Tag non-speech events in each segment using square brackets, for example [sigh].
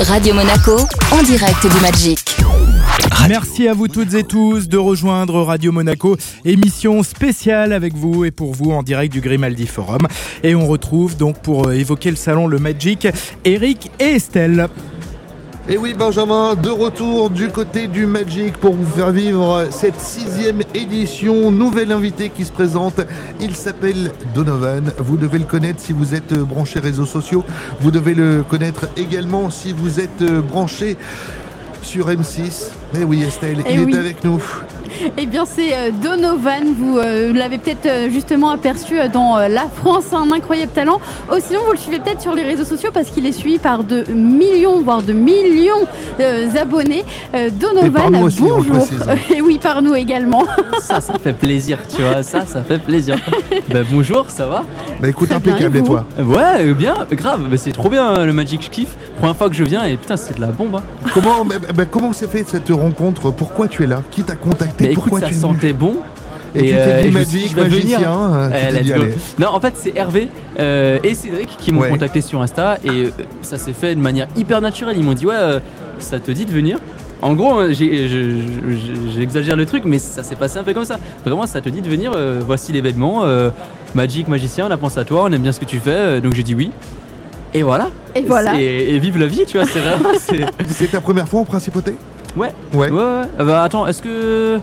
Radio Monaco, en direct du Magic. Merci à vous toutes et tous de rejoindre Radio Monaco, émission spéciale avec vous et pour vous en direct du Grimaldi Forum. Et on retrouve donc pour euh, évoquer le salon Le Magic, Eric et Estelle. Et oui Benjamin, de retour du côté du Magic pour vous faire vivre cette sixième édition. Nouvel invité qui se présente, il s'appelle Donovan. Vous devez le connaître si vous êtes branché réseaux sociaux. Vous devez le connaître également si vous êtes branché sur M6. Eh oui Estelle, Eh il oui. est avec nous. Eh bien, c'est euh, Donovan. Vous euh, l'avez peut-être euh, justement aperçu euh, dans euh, La France, un incroyable talent. Oh, sinon, vous le suivez peut-être sur les réseaux sociaux parce qu'il est suivi par de millions, voire de millions euh, d'abonnés. Euh, Donovan, par nous aussi, on le bonjour. précise. hein. [laughs] Et oui, par nous également. [laughs] Ça, ça fait plaisir, tu vois, ça, ça fait plaisir. bah bonjour, ça va Bah écoute, Très bien, impeccable et et vous toi Ouais, euh, bien, grave, bah, c'est trop bien euh, le Magic, je kiffe. Première fois que je viens et putain, c'est de la bombe. hein. Comment, bah, bah, comment s'est fait cette rencontre Pourquoi tu es là Qui t'a contacté Mais Bah, écoute, Pourquoi ça tu es venu sentait bon. Et tu euh, t'es dit je me suis dit, Magic, je vais venir. magicien, euh, tu Eh, t'es let's dit, go. allez. Non, en fait, c'est Hervé euh, et Cédric qui m'ont Ouais. contacté sur Insta et euh, ça s'est fait de manière hyper naturelle. Ils m'ont dit, ouais, euh, ça te dit de venir En gros, euh, j'ai- je- je- j'exagère le truc, mais ça s'est passé un peu comme ça. Vraiment, ça te dit de venir, euh, voici l'événement. euh, Magic, magicien, on a pensé à toi, on aime bien ce que tu fais, euh, donc j'ai dit oui. Et voilà. Et voilà. C'est- Et, vive la vie, tu vois, c'est [laughs] vraiment. c'est- C'est ta première fois en principauté Ouais. Ouais. Ouais, ouais. Euh, Bah attends, est-ce que.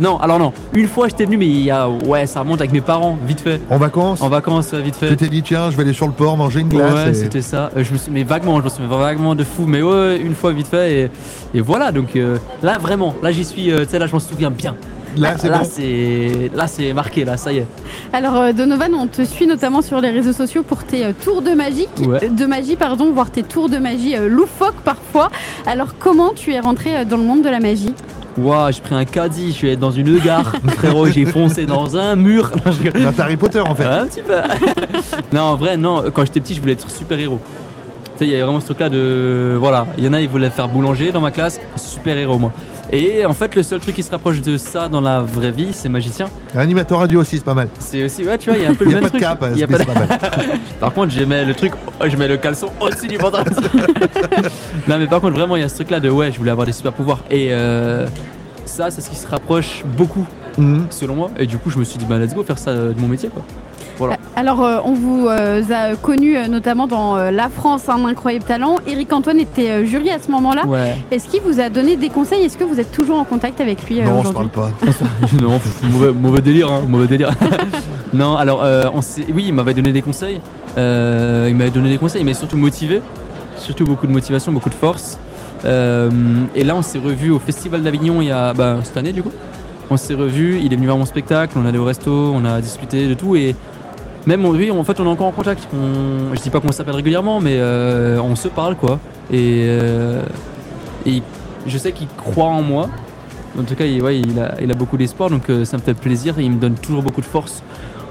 Non, alors non. Une fois j'étais venu, mais il y a. Ouais, ça remonte avec mes parents, vite fait. En vacances En vacances, vite Tu fait. t'es dit, tiens, je vais aller sur le port manger une glace. Ouais, et- c'était ça. Euh, Je me souviens mais vaguement, je me souviens vaguement de fou, mais ouais, une fois vite fait, et, et voilà. Donc euh, là, vraiment, là j'y suis, euh, tu sais, là je m'en souviens bien. Là, Ah, c'est là, bon. c'est, là c'est marqué, là, ça y est. Alors euh, Donovan, on te suit notamment sur les réseaux sociaux pour tes euh, tours de magie, qui- Ouais. de magie pardon, voire tes tours de magie euh, loufoques parfois. Alors comment tu es rentré euh, dans le monde de la magie Waouh, j'ai pris un caddie, je suis allé dans une gare, [laughs] frérot, j'ai foncé dans un mur. Non, je rigole. Là, t'as Harry Potter en fait. Un petit peu. [laughs] non, en vrai, non. Quand j'étais petit, je voulais être super héros. Tu sais, il y avait vraiment ce truc-là de. Voilà, il y en a, ils voulaient faire boulanger dans ma classe, super héros, moi. Et en fait, le seul truc qui se rapproche de ça dans la vraie vie, c'est magicien. Animateur radio aussi, c'est pas mal. C'est aussi, ouais, tu vois, il y a un peu Il le n'y a même pas de truc. cap, Il y a mais pas de- hein, c'est pas [laughs] mal. Par contre, j'aimais le truc, oh, je mets le caleçon au-dessus du [laughs] pantalon. non, mais par contre, vraiment, il y a ce truc-là de ouais, je voulais avoir des super pouvoirs. Et euh, ça, c'est ce qui se rapproche beaucoup, Mhm. selon moi. Et du coup, je me suis dit, bah, let's go faire ça euh, de mon métier, quoi. Voilà. Alors, euh, on vous euh, a connu euh, notamment dans euh, La France, un incroyable talent. Eric Antoine était euh, jury à ce moment-là. Ouais. [laughs] Est-ce qu'il vous a donné des conseils Est-ce que vous êtes toujours en contact avec lui euh, Non, je aujourd'hui parle pas. [laughs] Bah, non, pff, mauvais, mauvais délire, hein, mauvais délire. [laughs] non, alors, euh, on s'est- oui, il m'avait donné des conseils. Euh, il m'avait donné des conseils, il m'avait surtout motivé. Surtout beaucoup de motivation, beaucoup de force. Euh, et là, on s'est revu au Festival d'Avignon il y a bah, cette année, du coup. On s'est revu, il est venu voir mon spectacle, on allait au resto, on a discuté de tout. Et même, on- oui, en fait, on est encore en contact. On- je dis pas qu'on s'appelle régulièrement, mais euh, on se parle, quoi. Et, euh, et je sais qu'il croit en moi. En tout cas, il, ouais, il, a, il a beaucoup d'espoir, donc euh, ça me fait plaisir et il me donne toujours beaucoup de force.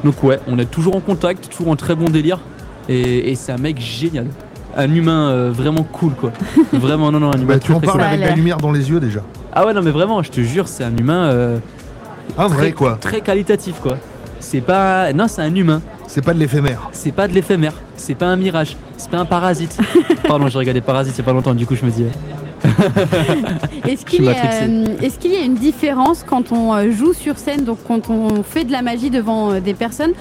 Donc ouais, on est toujours en contact, toujours en très bon délire. Et, et c'est un mec génial. Un humain euh, vraiment cool, [laughs] quoi. Vraiment, non, non, un humain Bah, très, tu en très parles cool. avec Ça a la l'air. lumière dans les yeux déjà. cool. Ah ouais, non, mais vraiment, je te jure, c'est un humain euh, Un vrai très, quoi. très qualitatif, quoi. C'est pas... Non, c'est un humain. C'est pas de l'éphémère. C'est pas de l'éphémère. C'est pas un mirage. C'est pas un parasite. Pardon, j'ai regardé Parasite il y a pas longtemps, du coup, je me dis... Est-ce qu'il y, Je suis a, euh, est-ce qu'il y a une différence quand on euh, joue sur scène, donc quand on fait de la magie devant euh, des personnes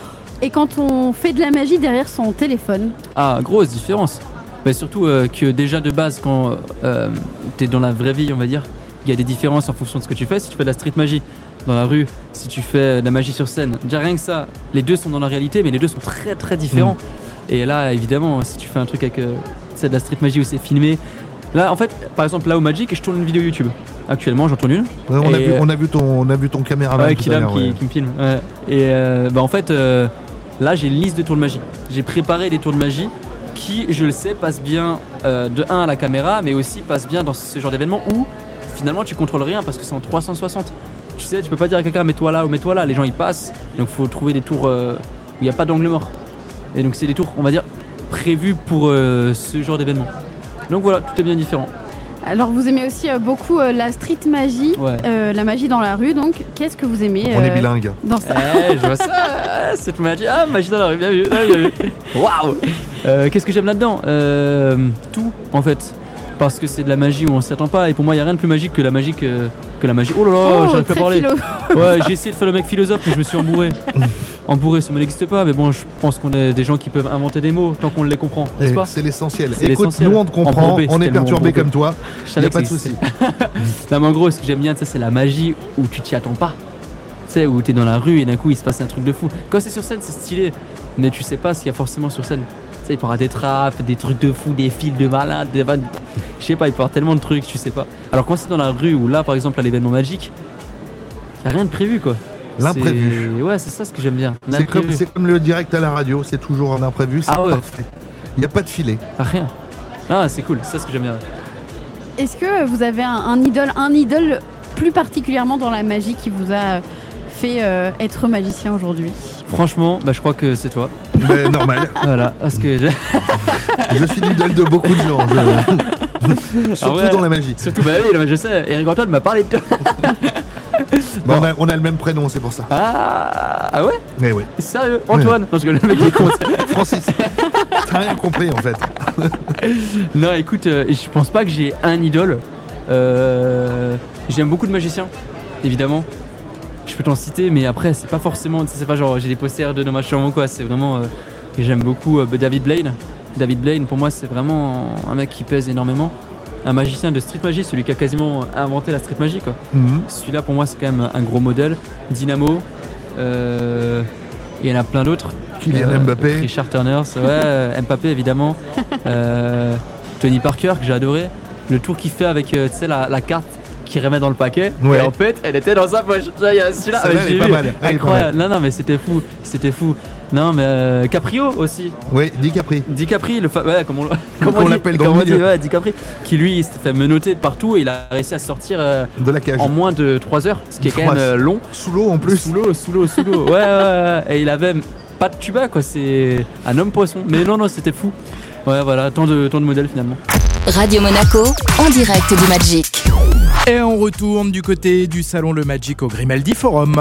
et quand on fait de la magie derrière son téléphone Ah, grosse différence. Mais surtout euh, que déjà de base, quand euh, t'es dans la vraie vie, on va dire, il y a des différences en fonction de ce que tu fais. Si tu fais de la street magie dans la rue, si tu fais de la magie sur scène, déjà rien que ça, les deux sont dans la réalité, mais les deux sont très très différents. Et là, évidemment, si tu fais un truc avec euh, c'est de la street magie où c'est filmé, là, en fait, par exemple, là au Magic, je tourne une vidéo YouTube. Actuellement, j'en tourne une. Ouais, on, a Et, vu, euh, on a vu ton, on a vu ton caméraman. Ouais, tout à Kilam l'heure, qui, ouais. qui me filme. ouais. Et euh, bah en fait, euh, là j'ai une liste de tours de magie. J'ai préparé des tours de magie qui, je le sais, passent bien euh, de 1 à la caméra, mais aussi passent bien dans ce genre d'événement où finalement tu contrôles rien parce que c'est en 360. Tu sais, tu peux pas dire à quelqu'un mets-toi là ou mets-toi là. Les gens ils passent, donc faut trouver des tours euh, où il n'y a pas d'angle mort. Et donc c'est des tours, on va dire, prévus pour euh, ce genre d'événement. Donc voilà, tout est bien différent. Alors vous aimez aussi euh, beaucoup euh, la street magie, Ouais. euh, la magie dans la rue, donc qu'est-ce que vous aimez On est euh, bilingue. dans ça Eh, je vois ça, cette magie. Ah, magie dans la rue, bien vu, bien vu. Waouh Euh, Qu'est-ce que j'aime là-dedans Euh, Tout, en fait. parce que c'est de la magie où on s'y attend pas. Et pour moi, il y a rien de plus magique que la magie que, que la magie. Oh là là, j'arrive plus à très parler. philo. Ouais, j'ai essayé de faire le mec philosophe, mais je me [laughs] suis embourré. embourré, ce mot n'existe pas, mais bon, je pense qu'on est des gens qui peuvent inventer des mots tant qu'on les comprend, n'est-ce Eh, pas C'est l'essentiel. C'est Écoute, l'essentiel. nous on te comprend, Embourbé, on est c'est tellement perturbé embourbé. comme toi, il Je n'y savais a que pas de ça souci. existait. Non, mais en gros, ce que j'aime bien, tu sais, c'est la magie où tu t'y attends pas. Tu sais, où t'es dans la rue et d'un coup, il se passe un truc de fou. Quand c'est sur scène, c'est stylé, mais tu sais pas ce qu'il y a forcément sur scène. Tu sais, il peut y avoir des trappes, des trucs de fou, des fils de malade, des vannes. Je sais pas, il peut y avoir tellement de trucs, tu sais pas. Alors quand c'est dans la rue ou là, par exemple, à l'événement magique, y a rien de prévu quoi. L'imprévu. C'est- Ouais, c'est ça ce que j'aime bien. C'est comme, L'imprévu. c'est comme le direct à la radio, c'est toujours un imprévu, c'est Ah ouais. parfait. Il n'y a pas de filet. Ah, rien. Ah, c'est cool, c'est ça ce que j'aime bien. Est-ce que vous avez un, un idole, un idole plus particulièrement dans la magie qui vous a fait euh, être magicien aujourd'hui Franchement, bah, je crois que c'est toi. [laughs] Mais normal, Voilà, parce que j'ai- je suis l'idole de beaucoup de gens. je- [laughs] Surtout Ah ouais. dans la magie. surtout, bah oui, je sais, Eric Antoine m'a parlé de toi. Bah, on, a, on a le même prénom, c'est pour ça. Ah, ah ouais Mais oui. Sérieux Antoine Non, je rigole, le mec, il [laughs] est con. Francis, t'as rien compris en fait. Non, écoute, euh, je pense pas que j'ai un idole. Euh, J'aime beaucoup de magiciens, évidemment. Je peux t'en citer, mais après, c'est pas forcément. C'est pas genre j'ai des posters de dans ma chambre ou quoi. C'est vraiment. euh, J'aime beaucoup euh, David Blaine. David Blaine, pour moi, c'est vraiment un mec qui pèse énormément. Un magicien de street magie, celui qui a quasiment inventé la street magie, quoi. Mhm. Celui-là, pour moi, c'est quand même un gros modèle. Dynamo, euh, il y en a plein d'autres. Kylian Euh, Mbappé. Richard Turner, c'est- ouais, [laughs] euh, Mbappé, évidemment. Euh, Tony Parker, que j'ai adoré. Le tour qu'il fait avec euh, tu sais, la, la carte qu'il remet dans le paquet. Ouais. Et en fait, elle était dans sa poche. Tu vois, il y a Celui-là, Celle-là, ouais, elle j'ai est pas vu. mal, elle est pas mal. Incroyable. Non, non, mais c'était fou. C'était fou. Non, mais euh, Caprio aussi. Oui, DiCapri. DiCapri, le fa- ouais, comme on, [laughs] comme on dit- l'appelle dans comme le on dit, milieu. ouais, DiCapri, qui lui il s'est fait menoter de partout et il a réussi à sortir euh, De la cage. en moins de 3 heures, ce qui est quand Trois. même euh, long. Sous l'eau en plus. Sous l'eau, sous l'eau, sous l'eau. Ouais, ouais, ouais. Et il avait pas de tuba, quoi. C'est un homme poisson. Mais non, non, c'était fou. Ouais, voilà, tant de, tant de modèles finalement. Radio Monaco, en direct du Magic. Et on retourne du côté du salon Le Magic au Grimaldi Forum.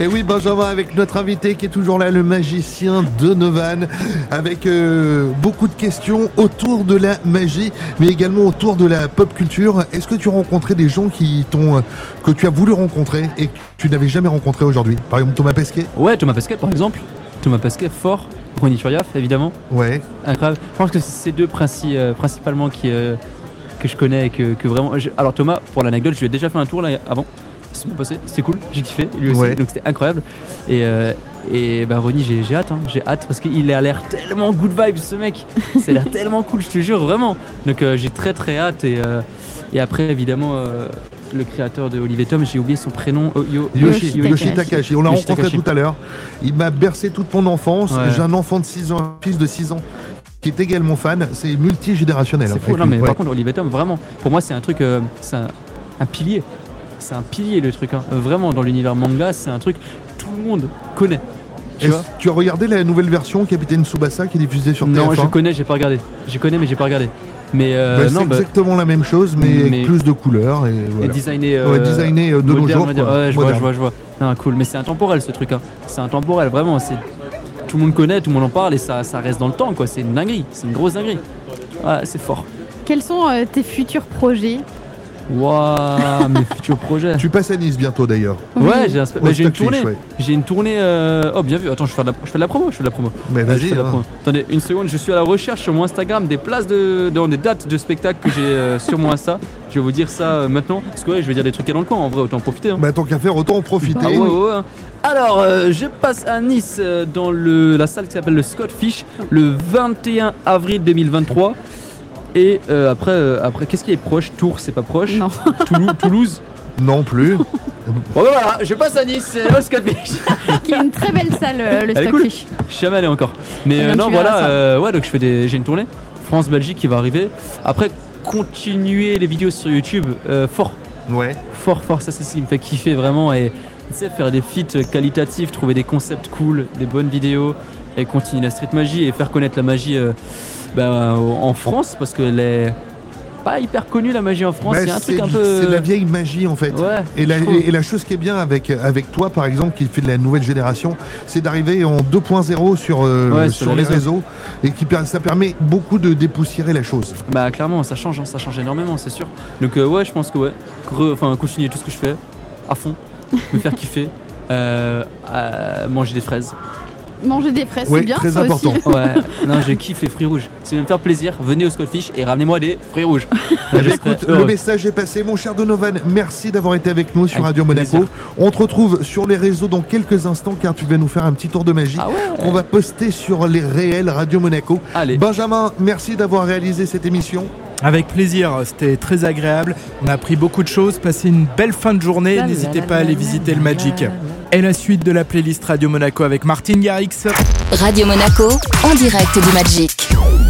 Et oui, Benjamin, avec notre invité qui est toujours là, le magicien Donovan, avec euh, beaucoup de questions autour de la magie, mais également autour de la pop culture. Est-ce que tu as rencontré des gens qui t'ont, euh, que tu as voulu rencontrer et que tu n'avais jamais rencontré aujourd'hui Par exemple, Thomas Pesquet Ouais, Thomas Pesquet par exemple. Thomas Pesquet, fort. Ronny Turiaf, évidemment. Ouais. Incroyable. Je pense que c'est ces deux princi- euh, principalement qui, euh, que je connais et que, que vraiment. je- Alors, Thomas, pour l'anecdote, je lui ai déjà fait un tour là avant. C'est passé, c'était cool, j'ai kiffé, lui aussi, Ouais. donc c'était incroyable. Et, euh, et bah, Ronny, j'ai j'ai hâte, hein, j'ai hâte parce qu'il a l'air tellement good vibe ce mec, [laughs] c'est l'air tellement cool, je te jure, vraiment. Donc euh, j'ai très très hâte. Et, euh, et après, évidemment, euh, le créateur de Olivier Tom, j'ai oublié son prénom, oh, Yo- Yoshi, Yoshi Yoshi, Takahashi. Takahashi, on l'a Yoshi rencontré Takahashi. tout à l'heure. Il m'a bercé toute mon enfance. Ouais. J'ai un enfant de 6 ans, un fils de 6 ans, qui est également fan. C'est multigénérationnel. C'est en fait. fou, non mais Ouais. par contre Olivier Tom, vraiment, pour moi c'est un truc, euh, c'est un, un pilier, c'est un pilier le truc, hein. Euh, vraiment dans l'univers manga c'est un truc tout le monde connaît. Tu Est-ce- vois tu as regardé la nouvelle version Capitaine Tsubasa qui est diffusée sur Non, TF1 je connais, j'ai pas regardé, je connais mais j'ai pas regardé. Mais euh, Bah, non, c'est bah, exactement la même chose, mais, avec mais- plus de couleurs. Et et voilà. designé, Ouais, euh, designé euh, de nos moderne, jours. on va dire. quoi. Ouais, je vois, Moderne. je vois, je vois. Non, cool, mais c'est intemporel ce truc, hein. c'est intemporel vraiment, c'est tout le monde connaît, tout le monde en parle et ça, ça reste dans le temps quoi. C'est une dinguerie, c'est une grosse dinguerie. Ouais, c'est fort. Quels sont euh, tes futurs projets Waouh, [laughs] mes futurs projets. Tu passes à Nice bientôt d'ailleurs. Ouais, j'ai un Au spe- bah, j'ai une Stockfish, tournée. ouais. J'ai une tournée. euh, Oh, bien vu. Attends, je fais de la, je fais de la promo. Je fais de la promo. Mais Ouais, Ah, je vas-y, fais de la hein. promo. Attendez une seconde. Je suis à la recherche sur mon Instagram des places de, dans des dates de spectacle que j'ai euh, sur mon Insta. Je vais vous dire ça euh, maintenant. Parce que ouais, je vais dire des trucs à dans le camp. En vrai, autant en profiter. hein. Bah, tant qu'à faire, autant en profiter. Ah ouais, ouais, ouais. Alors, euh, je passe à Nice euh, dans le, la salle qui s'appelle le Scott Fish le 21 avril 2023. Et euh, après, euh, après qu'est-ce qui est proche Tours, c'est pas proche. Non. Toulouse, Toulouse. Non [laughs] plus. Bon, ben voilà, je passe à Nice, euh, au Scott Fish. Qui est une très belle salle, euh, le Elle est cool. Stockfish. Je suis jamais allé encore. Mais Eh euh, bien, non, tu verras voilà, ça. euh, ouais, donc je fais des, j'ai une tournée France-Belgique qui va arriver. Après, continuer les vidéos sur YouTube, euh, fort, Ouais. fort, fort, ça c'est ce qui me fait kiffer vraiment. Et tu sais, faire des feats qualitatifs, trouver des concepts cool, des bonnes vidéos, et continuer la street magie et faire connaître la magie euh, bah, en France parce que les. pas hyper connu la magie en France. Bah, Il y a un c'est truc un du- peu. c'est de la vieille magie en fait. Ouais, Et la, je trouve. et- et la chose qui est bien avec, avec toi, par exemple, qui fait de la nouvelle génération, c'est d'arriver en 2.0 sur, euh, Ouais, sur, sur les les réseaux. Et qui, per- ça permet beaucoup de dépoussiérer la chose. Bah clairement, ça change, hein, ça change énormément, c'est sûr. Donc euh, ouais, je pense que ouais, Re- enfin continuer tout ce que je fais à fond, [laughs] me faire kiffer, euh, à manger des fraises. Manger des fraises, Ouais, c'est bien. très ça important. Aussi. [laughs] Ouais, non, je kiffe les fruits rouges. Si vous voulez me faire plaisir, venez au Scottfish et ramenez-moi des [laughs] fruits rouges. Eh bien, Je serai écoute, le heureux. message est passé. Mon cher Donovan, merci d'avoir été avec nous sur Avec Radio Monaco. plaisir. On te retrouve sur les réseaux dans quelques instants car tu vas nous faire un petit tour de magie. Ah ouais. On va poster sur les réels Radio Monaco. Allez. Benjamin, merci d'avoir réalisé cette émission. Avec plaisir, c'était très agréable. On a appris beaucoup de choses. Passez une belle fin de journée. N'hésitez pas à aller visiter le Magic. Et la suite de la playlist Radio Monaco avec Martine Garrix. Radio Monaco, en direct du Magic.